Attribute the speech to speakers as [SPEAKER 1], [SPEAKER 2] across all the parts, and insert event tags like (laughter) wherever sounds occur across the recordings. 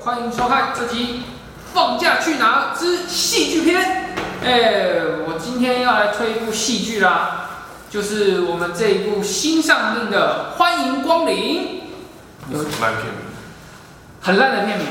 [SPEAKER 1] 欢迎收看这集《放假去哪儿之戏剧篇》。哎，我今天要来推一部戏剧啦，就是我们这一部新上映的《欢迎光临》，
[SPEAKER 2] 烂片，
[SPEAKER 1] 很烂的片名，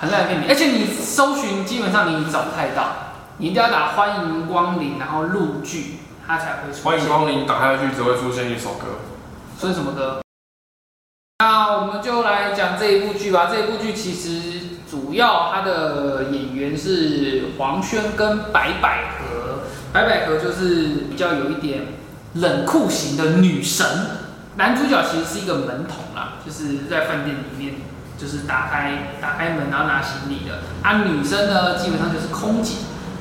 [SPEAKER 1] 很烂的片名，而且你搜寻基本上你找不太到，你一定要打“欢迎光临”，然后录剧，它才会出现。
[SPEAKER 2] 欢迎光临，打下去只会出现一首歌，
[SPEAKER 1] 所以什么歌？那我们就来讲这一部剧吧。这一部剧其实主要它的演员是黄轩跟白百合，白百合就是比较有一点冷酷型的女神。男主角其实是一个门童啦，就是在饭店里面，就是打开打开门然后拿行李的。啊，女生呢基本上就是空姐，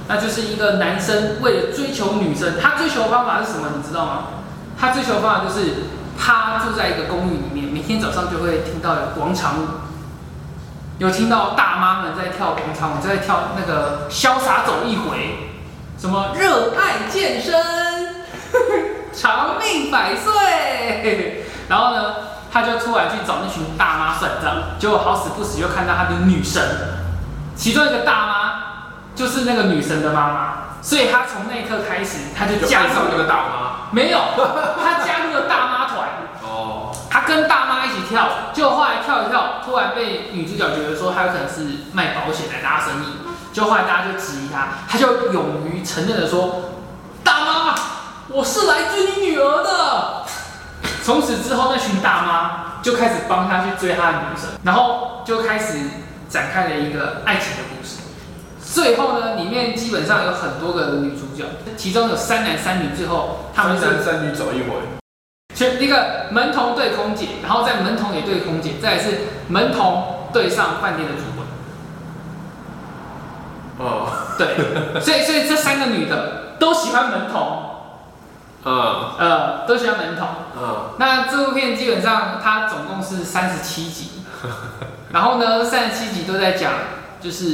[SPEAKER 1] 那就是一个男生为了追求女生，他追求的方法是什么？你知道吗？他追求的方法就是他住在一个公寓里面，每天早上就会听到有广场舞，有听到大妈们在跳广场舞，在跳那个潇洒走一回，什么热爱健身，长命百岁。然后呢，他就出来去找那群大妈算账，结果好死不死又看到他的女神，其中一个大妈就是那个女神的妈妈，所以他从那一刻开始，他就
[SPEAKER 2] 就
[SPEAKER 1] 嫁
[SPEAKER 2] 爱
[SPEAKER 1] 入
[SPEAKER 2] 上
[SPEAKER 1] 了
[SPEAKER 2] 那个大妈。
[SPEAKER 1] 没有，他加入了大妈团，
[SPEAKER 2] 哦，
[SPEAKER 1] 他跟大妈一起跳，结果后来跳一跳，突然被女主角觉得说他有可能是卖保险来拉生意，就后来大家就质疑他，他就勇于承认的说：“大妈，我是来追你女儿的。”从此之后，那群大妈就开始帮他去追他的女神，然后就开始展开了一个爱情的故事。最后呢，里面基本上有很多个女主角，其中有三男三女，最后他们
[SPEAKER 2] 三
[SPEAKER 1] 是
[SPEAKER 2] 男三女走一回，
[SPEAKER 1] 是那个门童对空姐，然后在门童也对空姐，再来是门童对上饭店的主管。
[SPEAKER 2] 嗯
[SPEAKER 1] 哦对，所以所以这三个女的都喜欢门童，
[SPEAKER 2] 嗯
[SPEAKER 1] 呃，都喜欢门童。
[SPEAKER 2] 嗯，
[SPEAKER 1] 那这部片基本上它总共是三十七集，然后呢，三十七集都在讲就是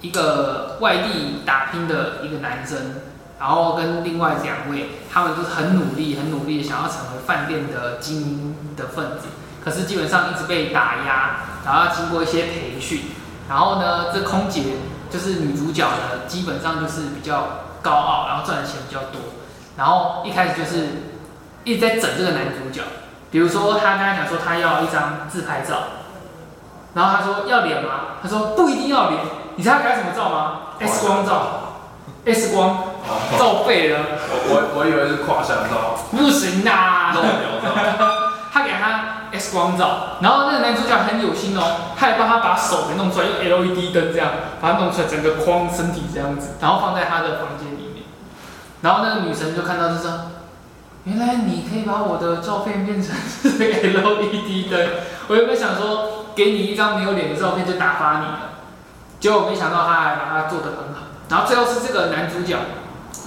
[SPEAKER 1] 一个外地打拼的一个男生，然后跟另外两位，他们就是很努力、很努力，想要成为饭店的精英的分子，可是基本上一直被打压，然后要经过一些培训，然后呢，这空姐就是女主角呢，基本上就是比较高傲，然后赚的钱比较多，然后一开始就是一直在整这个男主角。比如说，他跟他讲说他要一张自拍照，然后他说要脸吗？他说不一定要脸，你知道他给他什么照吗？X 光照，X 光
[SPEAKER 2] 哦
[SPEAKER 1] 照废了，
[SPEAKER 2] 我我我以为是胯下照，
[SPEAKER 1] 不行啊啦、
[SPEAKER 2] 漏尿照，
[SPEAKER 1] 他给他 X 光照，然后那个男主角很有心哦，他还帮他把手给弄出来，用 LED 灯这样把它弄出来，整个框身体这样子，然后放在他的房间里面。然后那个女神就看到就说：“原来你可以把我的照片变成这个 LED 灯。”我原本想说给你一张没有脸的照片就打发你了，结果没想到他还把它做得很好。然后最后是这个男主角，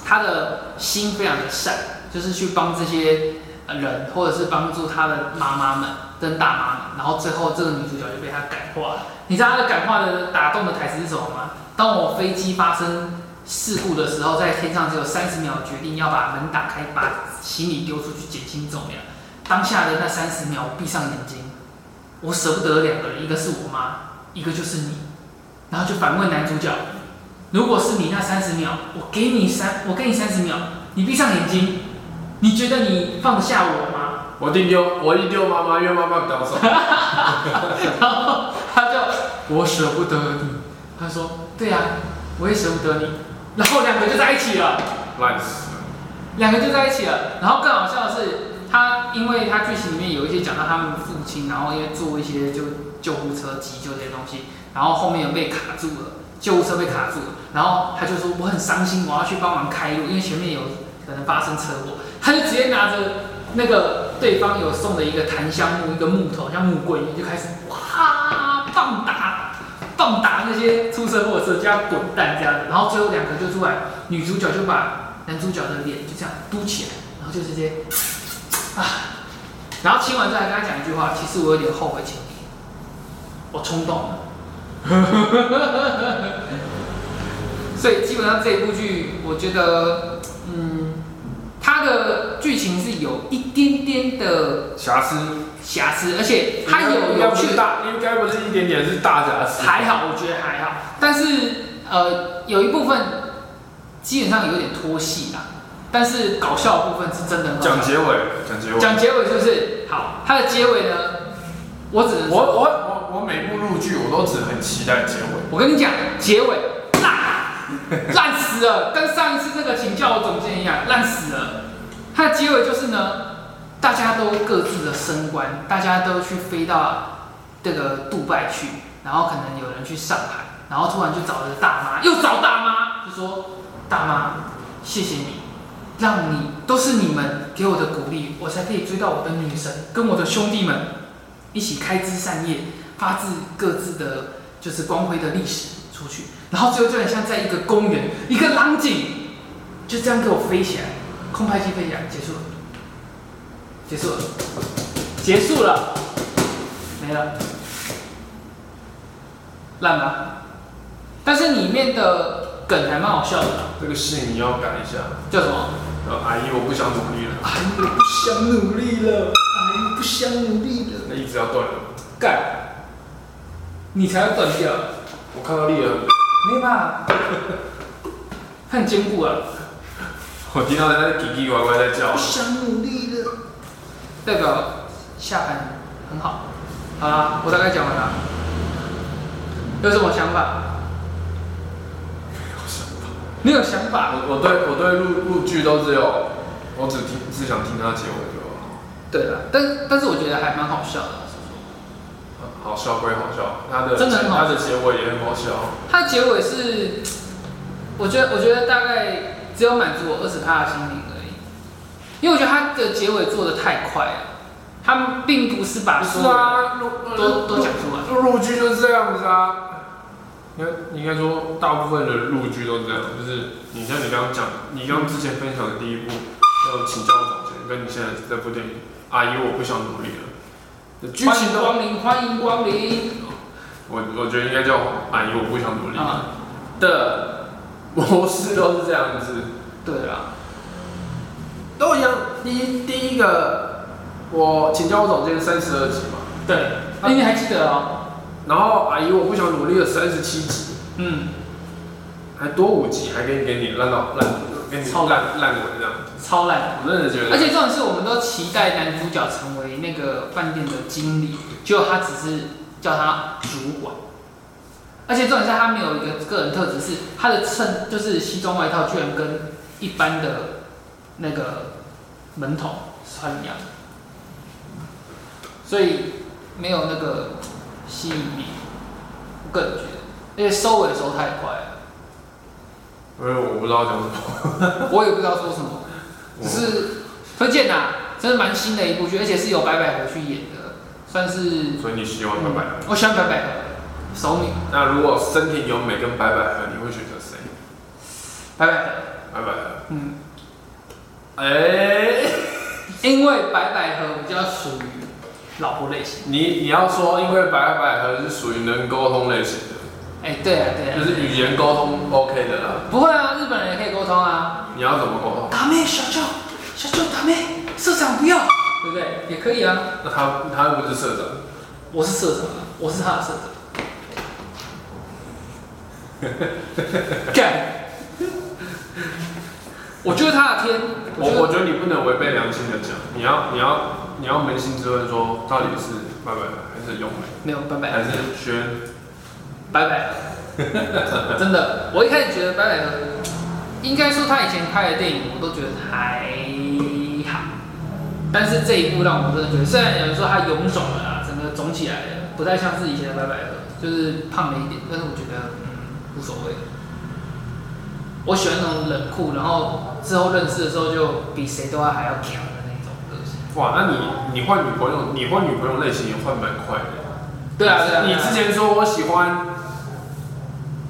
[SPEAKER 1] 他的心非常的善，就是去帮这些呃人，或者是帮助他的妈妈们跟大妈们，然后最后这个女主角就被他感化了。你知道他的感化的打动的台词是什么吗？当我飞机发生事故的时候，在天上只有三十秒，决定要把门打开，把行李丢出去，减轻重量。当下的那三十秒，我闭上眼睛，我舍不得两个人，一个是我妈，一个就是你，然后就反问男主角：如果是你那三十秒，我给你三，我给你三十秒，你闭上眼睛，你觉得你放得下我吗？
[SPEAKER 2] 我一定丢，我一定丢妈妈，因为妈妈比较瘦，
[SPEAKER 1] 然后 (laughs) 他就我舍不得你，他说对呀、我也舍不得你，然后两个就在一起了，
[SPEAKER 2] 烂死了，
[SPEAKER 1] 两个就在一起了。然后更好笑的是，他因为他剧情里面有一些讲到他们父亲，然后因为做一些就救护车急救这些东西，然后后面有被卡住了，救护车被卡住了，然后他就说我很伤心，我要去帮忙开路，因为前面有可能发生车祸，他就直接拿着那个对方有送的一个檀香木，一个木头像木棍一样，就开始哇棒打棒打那些出车祸的车，就要滚蛋这样子，然后最后两个就出来，女主角就把男主角的脸就这样嘟起来，然后就直接啊，然后亲完之后还跟他讲一句话，其实我有点后悔亲你，我冲动了。所以基本上这一部剧，我觉得，嗯，它的剧情是有一点点的
[SPEAKER 2] 瑕疵，
[SPEAKER 1] 瑕疵，而且它有
[SPEAKER 2] 应该
[SPEAKER 1] 有
[SPEAKER 2] 不
[SPEAKER 1] 趣
[SPEAKER 2] 是大，应该不是一点点，是大瑕疵。
[SPEAKER 1] 还好，我觉得还好，但是呃，有一部分基本上有点拖戏啦，但是搞笑的部分是真的很好笑
[SPEAKER 2] 讲结尾，讲结尾。
[SPEAKER 1] 讲结尾是不是？好，它的结尾呢，我只能
[SPEAKER 2] 我
[SPEAKER 1] 说，
[SPEAKER 2] 我我我每部陆剧我都只很期待结尾。
[SPEAKER 1] 我跟你讲，结尾烂，烂死了，跟上一次那个请教我总监一样，烂死了。它的结尾就是呢，大家都各自的升官，大家都去飞到这个杜拜去，然后可能有人去上海，然后突然就找了大妈，又找大妈，就说大妈，谢谢你。让你都是你们给我的鼓励，我才可以追到我的女神，跟我的兄弟们一起开枝散叶，发自各自的就是光辉的历史出去，然后最后就很像在一个公园，一个浪景，就这样给我飞起来，空拍机飞起来，结束了，结束了，结束了，没了，烂吧？但是里面的梗还蛮好笑的啦，
[SPEAKER 2] 这个戏你要改一下。
[SPEAKER 1] 叫什么？
[SPEAKER 2] 呃，阿姨，我不想努力了，
[SPEAKER 1] 哎，我不想努力了，哎，不想努力了。
[SPEAKER 2] 那一直要断了。
[SPEAKER 1] 干，你才要断掉，
[SPEAKER 2] 我看到丽儿，
[SPEAKER 1] 没办法，它很坚固啊。
[SPEAKER 2] 我听到她在叽叽歪歪在叫
[SPEAKER 1] 不。想努力了，代表下盘很好。好啦，我大概讲完了，有什么想法？没有想法。
[SPEAKER 2] 我我对我对陆陆剧都只有，我只听只想听她结尾就好。
[SPEAKER 1] 对了，但但是我觉得还蛮好笑的。
[SPEAKER 2] 好笑归好笑，她的
[SPEAKER 1] 真的很好
[SPEAKER 2] 她的结尾也很好笑。
[SPEAKER 1] 它结尾是，我觉得我觉得大概只有满足我二十趴的心灵而已，因为我觉得它的结尾做的太快了，他们并不是把
[SPEAKER 2] 不
[SPEAKER 1] 所
[SPEAKER 2] 是
[SPEAKER 1] 有的
[SPEAKER 2] 啊，陆
[SPEAKER 1] 都都讲出来。
[SPEAKER 2] 陆陆剧就是这样子啊。应该你应该说，大部分的陆剧都这样，就是你像你刚刚讲，你刚刚之前分享的第一部叫《请教我总监》，跟你现在这部电影《阿姨我不想努力了》，剧
[SPEAKER 1] 欢
[SPEAKER 2] 情
[SPEAKER 1] 迎
[SPEAKER 2] 都，
[SPEAKER 1] 光临，欢迎光临
[SPEAKER 2] 我我觉得应该叫《阿姨我不想努力》
[SPEAKER 1] 啊！
[SPEAKER 2] 的模式都是这样子。
[SPEAKER 1] 对了，
[SPEAKER 2] 都一样。第一第一个，我请教我总监三十二集嘛，
[SPEAKER 1] 对，哎，你还记得哦？
[SPEAKER 2] 然后阿姨我不想努力了三十七集，
[SPEAKER 1] 嗯，
[SPEAKER 2] 还多五集，还给你给你烂到烂，给你
[SPEAKER 1] 超
[SPEAKER 2] 烂烂文这样，
[SPEAKER 1] 超烂。
[SPEAKER 2] 我真的觉得。
[SPEAKER 1] 而且重点是，我们都期待男主角成为那个饭店的经理，结果他只是叫他主管。而且重点是他没有一个个人特质，是他的衬就是西装外套居然跟一般的那个门童穿一样，所以没有那个吸引力。我个人觉得，而且收尾的时候太快了，
[SPEAKER 2] 因为哎我不知道讲什么，
[SPEAKER 1] 我也不知道说什么。只
[SPEAKER 2] 我
[SPEAKER 1] 是推荐呐、真的蛮新的一部剧，而且是由白百合去演的，算是嗯
[SPEAKER 2] 所以你喜欢白百合。
[SPEAKER 1] 我喜欢白百合，熟女
[SPEAKER 2] 那如果身体有美跟白百合，你会选择谁？
[SPEAKER 1] 白百合，
[SPEAKER 2] 白百合。
[SPEAKER 1] 嗯，
[SPEAKER 2] 哎、
[SPEAKER 1] (laughs) 因为白百合比较属于老婆类型，
[SPEAKER 2] 你你要说，因为白百合是属于能沟通类型的，
[SPEAKER 1] 哎、对啊对
[SPEAKER 2] 就
[SPEAKER 1] 啊，
[SPEAKER 2] 是语言沟通 OK 的啦。
[SPEAKER 1] 不会啊，日本人也可以沟通啊，
[SPEAKER 2] 你要怎么沟通？
[SPEAKER 1] 打妹小舅，小舅打妹，社长不要，对不对？也可以啊，
[SPEAKER 2] 那他他又不是社长。
[SPEAKER 1] 我是社长啊，我是他的社长， (laughs) 干，我就是他的天，
[SPEAKER 2] 我
[SPEAKER 1] 就是
[SPEAKER 2] 我觉得你不能违背良心的讲，你要你要你要扪心自问说，到底是拜拜还是用美，
[SPEAKER 1] 没有拜拜
[SPEAKER 2] 还。是轩？
[SPEAKER 1] 白百 (laughs) 合，真的，我一开始觉得白百合，应该说他以前拍的电影我都觉得还好，但是这一部让我真的觉得，虽然有人说他臃肿了啦，整个肿起来了，不太像是以前的白百合，就是胖了一点，但是我觉得嗯无所谓。我喜欢那种冷酷，然后之后认识的时候就比谁都要还要强的那种个性。
[SPEAKER 2] 哇，那你你换女朋友，你换女朋友类型也换蛮快的。
[SPEAKER 1] 对啊，对啊。
[SPEAKER 2] 你
[SPEAKER 1] 对啊
[SPEAKER 2] 之前说我喜欢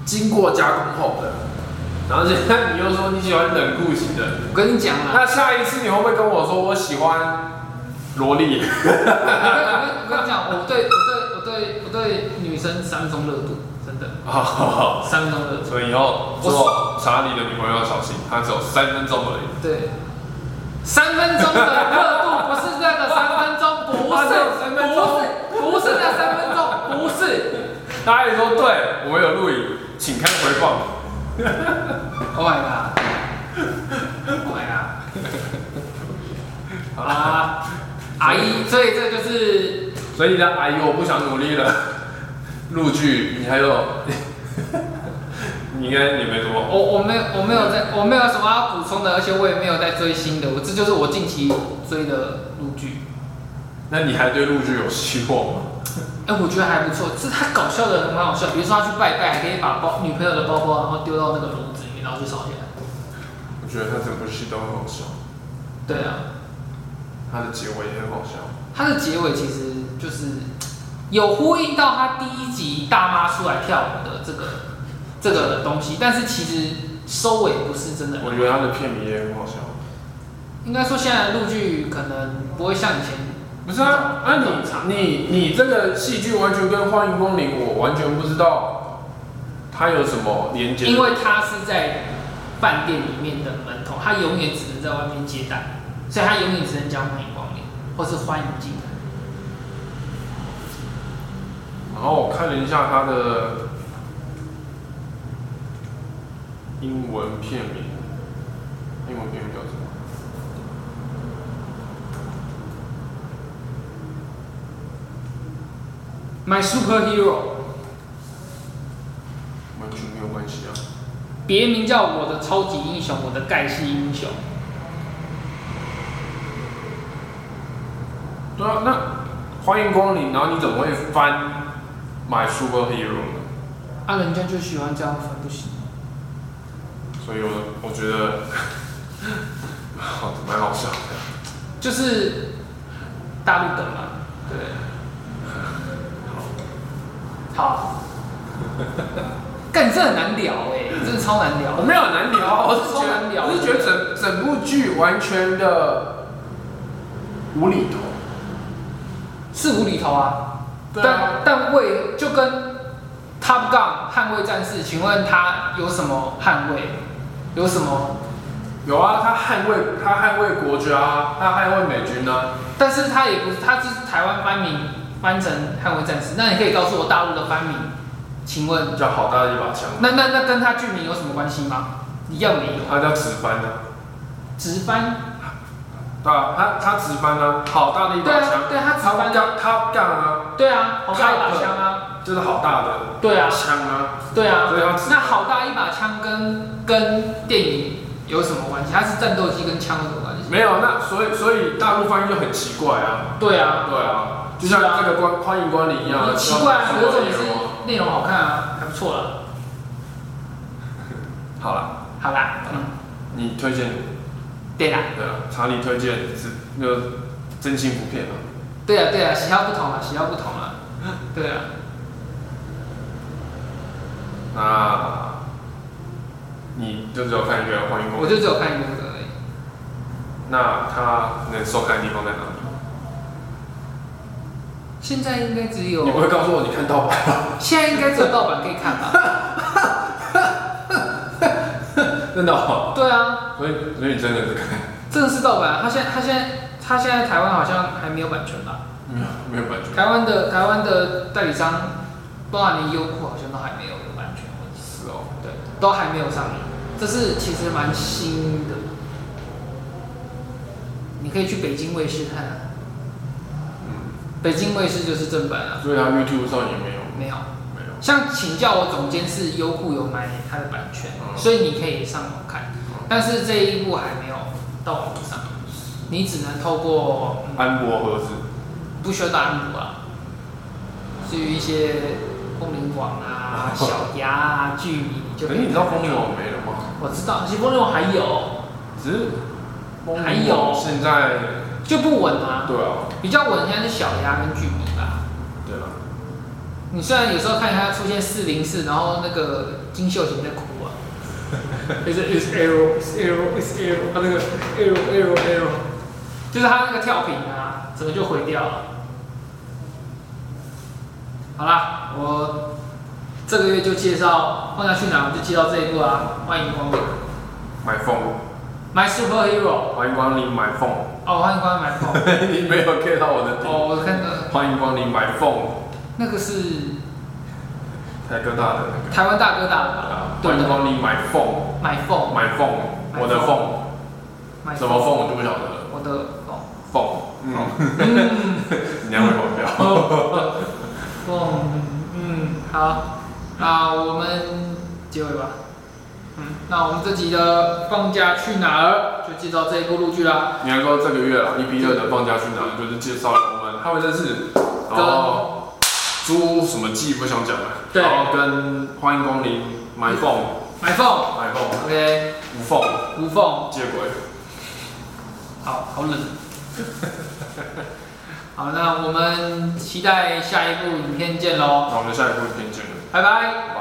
[SPEAKER 2] 经过加工后的，然后现在你又说你喜欢冷酷型的，
[SPEAKER 1] 我跟你讲啊，
[SPEAKER 2] 那下一次你会不会跟我说我喜欢萝莉？ (laughs)
[SPEAKER 1] 我跟我跟我跟你讲，我对我对我对我对女生三分钟热度，真的
[SPEAKER 2] 好好好，
[SPEAKER 1] 三分钟热度。
[SPEAKER 2] 所以以后做查理的女朋友要小心，她只有三分钟而已。
[SPEAKER 1] 对，三分钟的热度不是那个三分钟，不
[SPEAKER 2] 啊
[SPEAKER 1] 是
[SPEAKER 2] 这有三分钟
[SPEAKER 1] 不是不是那三分钟，不是。
[SPEAKER 2] 大家也说对，我有录影，请看回放。
[SPEAKER 1] Oh my god！Oh my god！好啦，阿姨，所以这就是
[SPEAKER 2] 所以呢，阿姨，我不想努力了。 (laughs) 录剧，你还有， (laughs) 你应该也没什么。
[SPEAKER 1] 我我没有我没有在我没有什么要补充的，而且我也没有在追新的，我这就是我近期追的陆剧。
[SPEAKER 2] 那你还对录剧有希望吗？
[SPEAKER 1] 哎、我觉得还不错，是他搞笑的很好笑。比如说他去拜拜，还可以把包女朋友的包包，然后丢到那个笼子里面，然后就烧起来。
[SPEAKER 2] 我觉得他整部戏都很好笑，
[SPEAKER 1] 对啊，
[SPEAKER 2] 他的结尾也很好笑。
[SPEAKER 1] 他的结尾其实就是有呼应到他第一集大妈出来跳舞的这个这个东西，但是其实收尾不是真的。
[SPEAKER 2] 我觉得他的片名也很好笑。
[SPEAKER 1] 应该说现在的陆剧可能不会像以前
[SPEAKER 2] 不是啊，啊你你你这个戏剧完全跟《欢迎光临》，我完全不知道它有什么连接。
[SPEAKER 1] 因为他是在饭店里面的门童，他永远只能在外面接待，所以他永远只能讲欢迎光临或是欢迎进来。
[SPEAKER 2] 然后我看了一下它的英文片名，英文片名叫什么？
[SPEAKER 1] My superhero，
[SPEAKER 2] 完全没有关系啊。
[SPEAKER 1] 别名叫我的超级英雄，我的盖世英雄。
[SPEAKER 2] 对啊，那欢迎光临，然后你怎么会翻 My Superhero 呢？
[SPEAKER 1] 啊，人家就喜欢这样分不行。
[SPEAKER 2] 所以我我觉得 (laughs) 好蛮好笑的。
[SPEAKER 1] 就是大陆的嘛，对。 (laughs) 好。干，你这很难聊哎、欸，真的超难聊。
[SPEAKER 2] 我没有很难聊，啊我是
[SPEAKER 1] 超
[SPEAKER 2] 觉
[SPEAKER 1] 难聊
[SPEAKER 2] 得，我是觉得整整部剧完全的无厘头。
[SPEAKER 1] 是无厘头啊，
[SPEAKER 2] 对啊
[SPEAKER 1] 但但为就跟 Top Gun 捍卫战士，请问他有什么捍卫？有什么？
[SPEAKER 2] 有啊，他捍卫他捍卫国家啊，他捍卫美军啊。
[SPEAKER 1] 但是他也不，他就是台湾翻名翻成捍卫战士。那你可以告诉我大陆的翻名？请问，
[SPEAKER 2] 叫好大的一把枪，
[SPEAKER 1] 那那那跟他剧名有什么关系吗？一样没有。
[SPEAKER 2] 他叫直翻啊，
[SPEAKER 1] 直翻，
[SPEAKER 2] 对啊，他他直翻啊，好大的一
[SPEAKER 1] 对
[SPEAKER 2] 把
[SPEAKER 1] 啊
[SPEAKER 2] 枪，，
[SPEAKER 1] 对啊，他
[SPEAKER 2] 他
[SPEAKER 1] 直翻啊，
[SPEAKER 2] 杠他杠啊，
[SPEAKER 1] 对啊，好大一把枪啊，
[SPEAKER 2] 就是好大的
[SPEAKER 1] 对啊，
[SPEAKER 2] 枪啊，
[SPEAKER 1] 对啊
[SPEAKER 2] 所。以他直
[SPEAKER 1] 那好大一把枪跟跟电影有什么关系？它是战斗机跟枪有什么关系？
[SPEAKER 2] 没有那所以所以大陆翻译就很奇怪啊，
[SPEAKER 1] 对啊，
[SPEAKER 2] 对啊，就像这个关欢迎光临一样啊，
[SPEAKER 1] 你奇怪啊，
[SPEAKER 2] 叫
[SPEAKER 1] 有
[SPEAKER 2] 好大
[SPEAKER 1] 种
[SPEAKER 2] 的一
[SPEAKER 1] 是
[SPEAKER 2] 把枪
[SPEAKER 1] 内容好看啊，还不错了。
[SPEAKER 2] 好了，
[SPEAKER 1] 好啦，嗯，
[SPEAKER 2] 你推荐
[SPEAKER 1] 对啦，
[SPEAKER 2] 对啊，查理推荐是那个真幸福片啊，
[SPEAKER 1] 对啊，对啊，喜好不同啊，喜好不同啊，对啊，
[SPEAKER 2] 那你就只有看一个欢迎光
[SPEAKER 1] 我就
[SPEAKER 2] 临，
[SPEAKER 1] 只有看一个这个而已。
[SPEAKER 2] 那他能收看的地方在哪里？
[SPEAKER 1] 现在应该只
[SPEAKER 2] 你不
[SPEAKER 1] 有，
[SPEAKER 2] 会告诉我你看盗版吧？
[SPEAKER 1] 现在应该只有盗版可以看吧？
[SPEAKER 2] (laughs) 真的、哦，
[SPEAKER 1] 对啊，
[SPEAKER 2] 所以所以你真的是看
[SPEAKER 1] 这个是盗版啊，他现在他现在他现在台湾好像还没有版权吧？
[SPEAKER 2] 没有没有版权，
[SPEAKER 1] 台湾的台湾的代理商，包含连优酷好像都还没有有版权问题，
[SPEAKER 2] 是哦。
[SPEAKER 1] 对，都还没有上映，这是其实蛮新的。你可以去北京卫视看啊。
[SPEAKER 2] 嗯，
[SPEAKER 1] 北京卫视就是正版啊，
[SPEAKER 2] 所以他 YouTube 上也没有
[SPEAKER 1] 没有。
[SPEAKER 2] 没有。
[SPEAKER 1] 像请教我总监是优酷有买它的版权，
[SPEAKER 2] 嗯
[SPEAKER 1] 所以你可以上网看，但是这一部还没有到网络上，你只能透过、嗯
[SPEAKER 2] 安博盒子，
[SPEAKER 1] 不需要大幕啊，至于一些风铃网
[SPEAKER 2] (laughs)
[SPEAKER 1] 啊、小鸭啊、剧迷你就
[SPEAKER 2] 可
[SPEAKER 1] 可
[SPEAKER 2] 是你
[SPEAKER 1] 以。
[SPEAKER 2] 知道风铃网没了吗？
[SPEAKER 1] 我知道，其实风铃网还有
[SPEAKER 2] 只是风
[SPEAKER 1] 还
[SPEAKER 2] 铃
[SPEAKER 1] 有
[SPEAKER 2] 网现在
[SPEAKER 1] 就不稳啊，
[SPEAKER 2] 对啊
[SPEAKER 1] 比较稳现在是小鸭跟剧迷吧。
[SPEAKER 2] 对啊，
[SPEAKER 1] 你虽然有时候看它出现四零四，然后那个金秀贤在哭 (laughs) 啊。Is it is arrow is arrow is arrow，他那个 arrow arrow arrow，就是他那个跳屏啊，整个就毁掉了。好啦，我这个月就介绍《放假去哪》，我就介绍这一部啊，欢迎光临。
[SPEAKER 2] 买风，
[SPEAKER 1] My Superhero，
[SPEAKER 2] 欢迎光临买凤，
[SPEAKER 1] 哦，欢迎光临买凤。
[SPEAKER 2] (laughs) 你没有 get 到我的 (laughs) 点。
[SPEAKER 1] 哦，我看到
[SPEAKER 2] 欢迎光临买凤，
[SPEAKER 1] 那个是
[SPEAKER 2] 台哥大的那个。
[SPEAKER 1] 台湾大哥大吧？
[SPEAKER 2] 啊
[SPEAKER 1] 对
[SPEAKER 2] 欢迎光临买凤，
[SPEAKER 1] 买凤，
[SPEAKER 2] 买凤，我的凤，
[SPEAKER 1] 买
[SPEAKER 2] 什么凤我就不晓得了。
[SPEAKER 1] 我的凤，
[SPEAKER 2] 凤，嗯，
[SPEAKER 1] 嗯，
[SPEAKER 2] (laughs) 你两位跑票。
[SPEAKER 1] 哦凤，嗯，好，那我们结尾吧。嗯，那我们这集的放假去哪儿就介绍这一部陆剧啦，
[SPEAKER 2] 你还说这个月啊，EP 二的放假去哪？就是介绍了我们，他们这是，然后猪什么记不想讲了，
[SPEAKER 1] 对
[SPEAKER 2] 然后跟欢迎光临买凤，
[SPEAKER 1] 买凤
[SPEAKER 2] 买凤，
[SPEAKER 1] ，OK，
[SPEAKER 2] 无缝
[SPEAKER 1] 无凤，
[SPEAKER 2] 接轨。
[SPEAKER 1] 好好
[SPEAKER 2] (laughs)
[SPEAKER 1] 冷。好，那我们期待下一部影片见喽，
[SPEAKER 2] 那我们下一部影片见了，
[SPEAKER 1] 拜拜。
[SPEAKER 2] 拜。